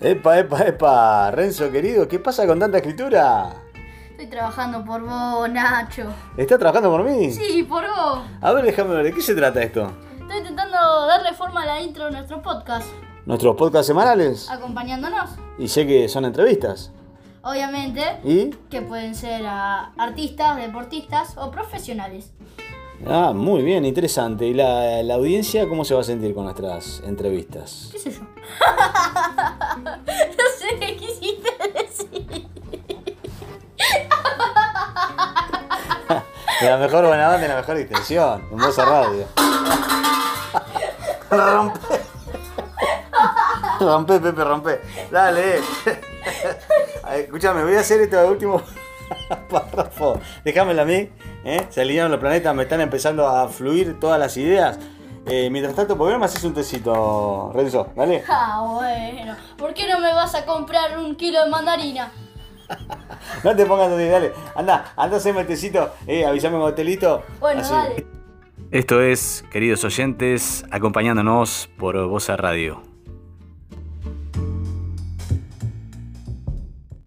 Epa, epa, epa. Renzo, querido, ¿qué pasa con tanta escritura? Estoy trabajando por vos, Nacho. ¿Estás trabajando por mí? Sí, por vos. A ver, déjame ver, ¿de qué se trata esto? Estoy intentando darle forma a la intro de nuestro podcast, ¿Nuestros podcasts semanales? acompañándonos. Y sé que son entrevistas. Obviamente, ¿Y? que pueden ser a artistas, deportistas o profesionales. Ah, muy bien, interesante. ¿Y la, la audiencia cómo se va a sentir con nuestras entrevistas? ¿Qué sé yo? no sé qué quisiste decir. La mejor buena banda y la mejor distensión. En voz a radio. rompe. rompe, Pepe, rompe. Dale. Ay, Escuchame, voy a hacer este último párrafo. Déjamelo a mí. ¿eh? Se alinearon los planetas, me están empezando a fluir todas las ideas. Eh, mientras tanto, ¿por qué no me haces un tecito, Renzo? ¿Vale? Ah, bueno. ¿Por qué no me vas a comprar un kilo de mandarina? No te pongas así, dale. Anda, anda, haceme tecito. Eh, avísame con hotelito. Bueno, Así. dale. Esto es, queridos oyentes, acompañándonos por Voz a Radio.